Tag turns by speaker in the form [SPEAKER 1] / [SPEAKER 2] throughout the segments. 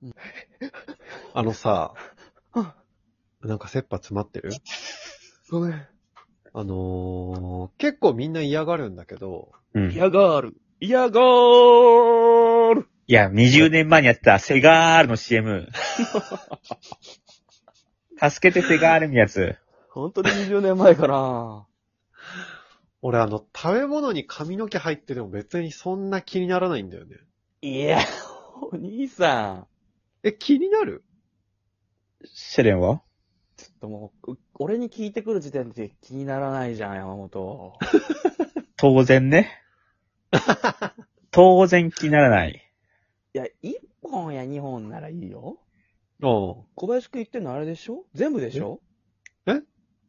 [SPEAKER 1] うん
[SPEAKER 2] あのさ、
[SPEAKER 1] あ、
[SPEAKER 2] なんか切羽詰まってる
[SPEAKER 1] ごめん。
[SPEAKER 2] あのー、結構みんな嫌がるんだけど、
[SPEAKER 3] うん。
[SPEAKER 1] 嫌がる。嫌がーる。
[SPEAKER 3] いや、20年前にやってたセガールの CM。助けてセガールのやつ。
[SPEAKER 1] 本当に20年前かな。
[SPEAKER 2] 俺あの、食べ物に髪の毛入ってても別にそんな気にならないんだよね。
[SPEAKER 1] いや、お兄さん。
[SPEAKER 2] え、気になる
[SPEAKER 3] セレンは
[SPEAKER 1] ちょっともう、う俺に聞いてくる時点で気にならないじゃん、山 本。
[SPEAKER 3] 当然 ね。当然気にならない。
[SPEAKER 1] いや、1本や2本ならいいよ。
[SPEAKER 2] うん。
[SPEAKER 1] 小林くん言ってんのあれでしょ全部でしょ
[SPEAKER 2] ええ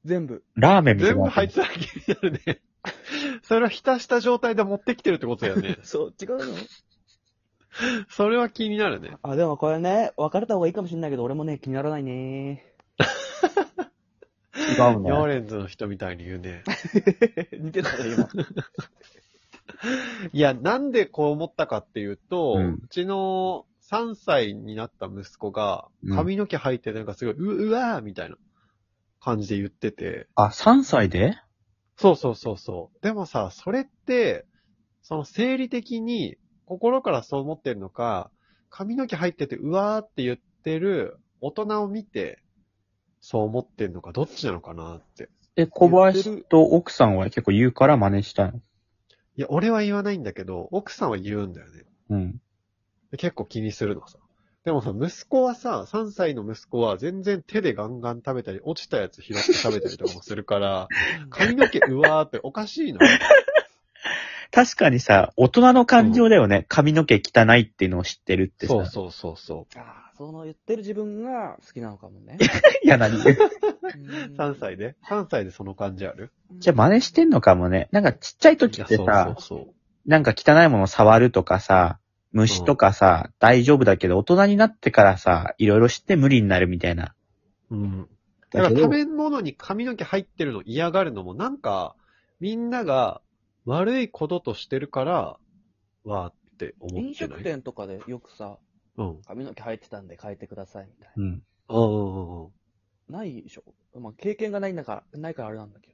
[SPEAKER 1] 全部。。
[SPEAKER 3] ラーメンみたい
[SPEAKER 2] 全部
[SPEAKER 3] な。
[SPEAKER 2] 入ってたら気になるね。 それは浸した状態で持ってきてるってことだよね
[SPEAKER 1] そう、違うの
[SPEAKER 2] それは気になるね。
[SPEAKER 1] あ、でもこれね、別れた方がいいかもしんないけど、俺もね、気にならないね。
[SPEAKER 3] 違う
[SPEAKER 2] ヤー
[SPEAKER 3] の。
[SPEAKER 2] レンズの人みたいに言うね。
[SPEAKER 1] 似てたね、今。
[SPEAKER 2] いや、なんでこう思ったかっていうと、う
[SPEAKER 3] うん
[SPEAKER 2] ちの3歳になった息子が
[SPEAKER 3] うん
[SPEAKER 2] 髪の毛入ってなんかすごい、う、うわーみたいな感じで言ってて。
[SPEAKER 3] あ、3歳で
[SPEAKER 2] そうそうそうそう。でもさ、それって、その生理的に心からそう思ってるのか、髪の毛入っててうわーって言ってる大人を見て、そう思ってんのか、どっちなのかなって。
[SPEAKER 3] え、小林と奥さんは結構言うから真似したの。
[SPEAKER 2] いや、俺は言わないんだけど、奥さんは言うんだよね。
[SPEAKER 3] うん。
[SPEAKER 2] で結構気にするのさ。でもさ、息子はさ、3歳の息子は全然手でガンガン食べたり、落ちたやつ拾って食べたりとかもする から、髪の毛うわーっておかしいの。
[SPEAKER 3] 確かにさ、大人の感情だよね。髪の毛汚いっていうのを知ってるってさ。
[SPEAKER 2] そう そうそうそ
[SPEAKER 1] ああ、その言ってる自分が好きなのかも ね。
[SPEAKER 3] いや、何
[SPEAKER 2] う。3歳で ?3 歳でその感じある
[SPEAKER 3] じゃあ真似してんのかもね。なんかちっちゃい時って
[SPEAKER 2] そうそ
[SPEAKER 3] さ
[SPEAKER 2] う、そ
[SPEAKER 3] なんか汚いものを触るとかさ、虫とかさ、大丈夫だけど、大人になってからさ、いろいろ知って無理になるみたいな。
[SPEAKER 2] う。うん。だ
[SPEAKER 3] だ
[SPEAKER 2] から
[SPEAKER 3] け
[SPEAKER 2] 食
[SPEAKER 3] ど、
[SPEAKER 2] べ物に髪の毛入ってるの嫌がるのも、なんか、みんなが悪いこととしてるから、わーって思
[SPEAKER 1] 飲
[SPEAKER 2] ってな
[SPEAKER 1] 食
[SPEAKER 2] い。
[SPEAKER 1] 店とかでよくさ、
[SPEAKER 2] うん。
[SPEAKER 1] 髪の毛生えてたんで変えてくださいみたい
[SPEAKER 3] うん。
[SPEAKER 2] うんうんうんうん。
[SPEAKER 1] な。ないでしょまあ、経験がないんだから、ないからあれなんだけど。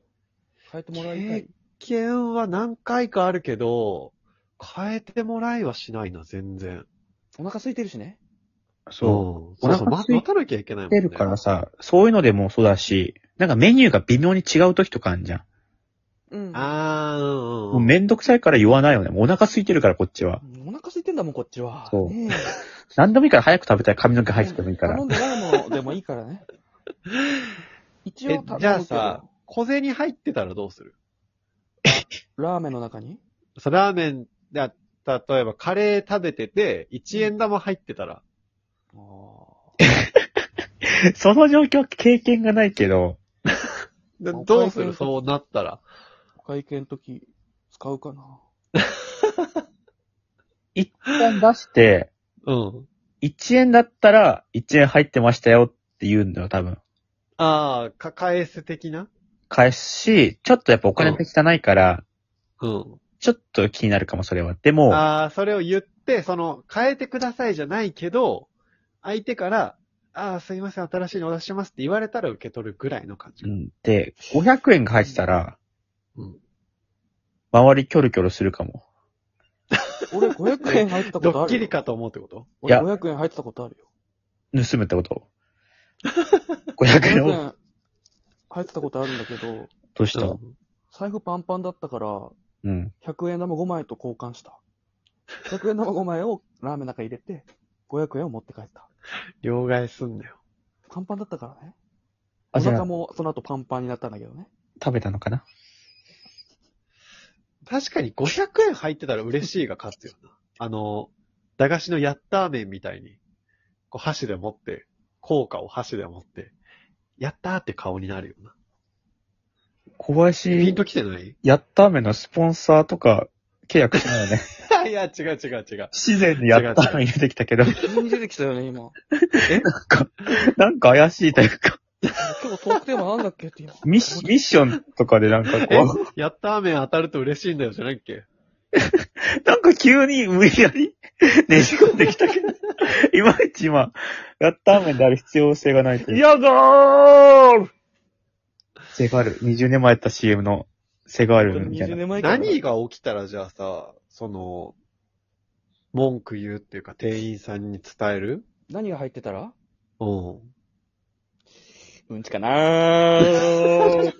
[SPEAKER 1] 変えてもらいたい
[SPEAKER 2] 経。験は何回かあるけど、変えてもらいはしないな、全然。
[SPEAKER 1] お腹空いてるしね。
[SPEAKER 3] そう。
[SPEAKER 2] う
[SPEAKER 3] お
[SPEAKER 2] ん。そう
[SPEAKER 3] 腹
[SPEAKER 2] そう、ま
[SPEAKER 3] 空い
[SPEAKER 2] 待たなきゃいけないもん、
[SPEAKER 3] 出るから。さ、そういうのでもそうだし、なんかメニューが微妙に違う時とかあるじゃん。
[SPEAKER 1] うん。
[SPEAKER 2] あー、うんう
[SPEAKER 3] もうん
[SPEAKER 2] うん。
[SPEAKER 3] めんどくさいから言わないよね。もうお腹空いてるからこっちは。
[SPEAKER 1] お腹空いてんだもん、こっちは。
[SPEAKER 3] そう
[SPEAKER 1] ね
[SPEAKER 3] 何でもいいから早く食べたい。髪の毛
[SPEAKER 1] え
[SPEAKER 3] 入っててもいいから
[SPEAKER 1] 頼ん。でないものでもいいから ね。一応
[SPEAKER 2] え
[SPEAKER 1] 頼むけど、
[SPEAKER 2] じゃあさ、小銭入ってたらどうする
[SPEAKER 1] ラーメンの中に
[SPEAKER 2] さ、ラーメンだ、例えばカレー食べてて、1円玉入ってたら。
[SPEAKER 1] あ
[SPEAKER 3] その状況経験がないけど、
[SPEAKER 2] で
[SPEAKER 1] お
[SPEAKER 2] どうす
[SPEAKER 1] お会計の
[SPEAKER 2] る
[SPEAKER 1] 時
[SPEAKER 2] そうなったら。
[SPEAKER 1] ーお会計の時、使うかな。
[SPEAKER 3] 一旦出して、
[SPEAKER 2] うん。
[SPEAKER 3] 1円だったら1円入ってましたよって言うんだよ、多分。
[SPEAKER 2] あー、か、返す的な
[SPEAKER 3] 返すし、ちょっとやっぱお金が汚いから、
[SPEAKER 2] うん。
[SPEAKER 3] ちょっと気になるかも、それは。でも、
[SPEAKER 2] あー、それを言って、その、変えてくださいじゃないけど、相手から、あー、すいません、新しいのお出ししますって言われたら受け取るぐらいの感じ
[SPEAKER 3] う。んで、500円が入ってたら、
[SPEAKER 2] うん
[SPEAKER 3] 周りキョロキョロするかも。
[SPEAKER 1] 俺500円入って た
[SPEAKER 2] ド
[SPEAKER 1] ことあ
[SPEAKER 2] ッ
[SPEAKER 1] る
[SPEAKER 2] キ
[SPEAKER 1] よ。
[SPEAKER 2] リかと思うってこと
[SPEAKER 3] い
[SPEAKER 1] 俺
[SPEAKER 3] や
[SPEAKER 1] 500円入ってたことあるよ。
[SPEAKER 3] 盗むってこと ?500 円を
[SPEAKER 1] 円入ってたことあるんだけど、
[SPEAKER 3] どうした、う
[SPEAKER 2] うん
[SPEAKER 1] 財布パンパンだったから、
[SPEAKER 3] ん、
[SPEAKER 1] 100円玉5枚と交換した。100円玉5枚をラーメンの中に入れて、500円を持って帰った。
[SPEAKER 2] 両替すんなよ。
[SPEAKER 1] パンパンだったからね。お
[SPEAKER 3] あ、じゃ
[SPEAKER 1] 腹
[SPEAKER 3] あ、
[SPEAKER 1] もその後パンパンになったんだけどね。
[SPEAKER 3] 食べたのかな
[SPEAKER 2] 確かに500円入ってたら嬉しいが勝つよな。あの、駄菓子のやったー麺みたいに、こう箸で持って、効果を箸で持って、やったーって顔になるよな。
[SPEAKER 3] 小
[SPEAKER 2] ピン
[SPEAKER 3] 林、
[SPEAKER 2] と来てない
[SPEAKER 3] やったーめのスポンサーとか契約してな いよね。
[SPEAKER 2] いや、違う違う違う。
[SPEAKER 3] 自然にやったーめ出てきたけど、
[SPEAKER 1] 急に出てきたよね、今。
[SPEAKER 3] なんか怪しい というか、
[SPEAKER 1] 今日トークテーマなんだっけって今。
[SPEAKER 3] ミッシミッションとかでなんか
[SPEAKER 2] え
[SPEAKER 3] こう、
[SPEAKER 2] やったー麺当たると嬉しいんだよじゃないっけ
[SPEAKER 3] なんか急に無理やり ねじ込んできたけど、いまいち今、ラッターメンである必要性がないという。
[SPEAKER 2] やがー
[SPEAKER 3] セガール、20年前やった CM のセガールみたい
[SPEAKER 1] 20
[SPEAKER 3] な。
[SPEAKER 1] 年前から。
[SPEAKER 2] 何が起きたらじゃあさ、その、文句言うっていうか店員さんに伝える
[SPEAKER 1] 何が入ってたら
[SPEAKER 2] うん。
[SPEAKER 1] うんちかな ー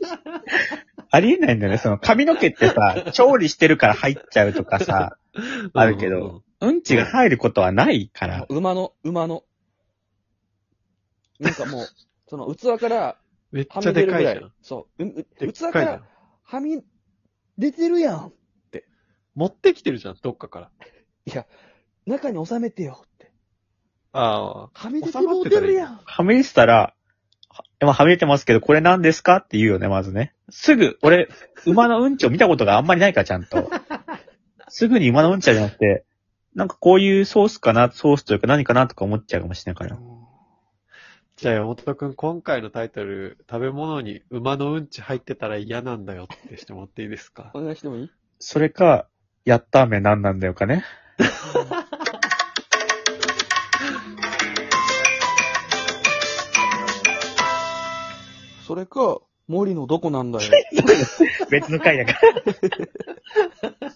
[SPEAKER 3] ありえないんだよね。その髪の毛ってさ、調理してるから入っちゃうとかさ、あるけど
[SPEAKER 2] うんうん
[SPEAKER 3] うんちが入ることはないから。
[SPEAKER 1] 馬の、馬の。なんかもう、その器から
[SPEAKER 2] めっ
[SPEAKER 1] は
[SPEAKER 2] ちゃ
[SPEAKER 1] み出
[SPEAKER 2] で
[SPEAKER 1] る
[SPEAKER 2] かい
[SPEAKER 1] ぐ
[SPEAKER 2] じ
[SPEAKER 1] ら
[SPEAKER 2] ゃ
[SPEAKER 1] い。
[SPEAKER 2] ん。
[SPEAKER 1] そう。う
[SPEAKER 2] で
[SPEAKER 1] う
[SPEAKER 2] っ
[SPEAKER 1] 器
[SPEAKER 2] か
[SPEAKER 1] か
[SPEAKER 2] いじゃん
[SPEAKER 1] ら。はみ出てるやん。
[SPEAKER 2] 持ってきてるじゃん、どっかから。
[SPEAKER 1] 中に収めてよって。
[SPEAKER 2] あ
[SPEAKER 1] はみ出て
[SPEAKER 2] 収ま
[SPEAKER 1] も
[SPEAKER 2] っ
[SPEAKER 1] う
[SPEAKER 2] てた
[SPEAKER 1] て
[SPEAKER 2] ら
[SPEAKER 1] る
[SPEAKER 2] いい
[SPEAKER 1] やん。
[SPEAKER 3] はみ出したら、は今はみ出てますけど、これ何ですかって言うよね、まずね。すぐ、俺、馬のうんちを見たことがあんまりないから、ちゃんと。すぐに馬のうんちじゃなくて、なんかこういうソースかな、ソースというか何かなとか思っちゃうかもしれないから。
[SPEAKER 2] あ。じゃあ山本くん、今回のタイトル、食べ物に馬のうんち入ってたら嫌なんだよってしてもらっていいですか
[SPEAKER 1] お願いしてもいい
[SPEAKER 3] それか、やったーめ何なんだよかね。
[SPEAKER 1] それ か、森のどこなんだよ。
[SPEAKER 3] 別の回だから。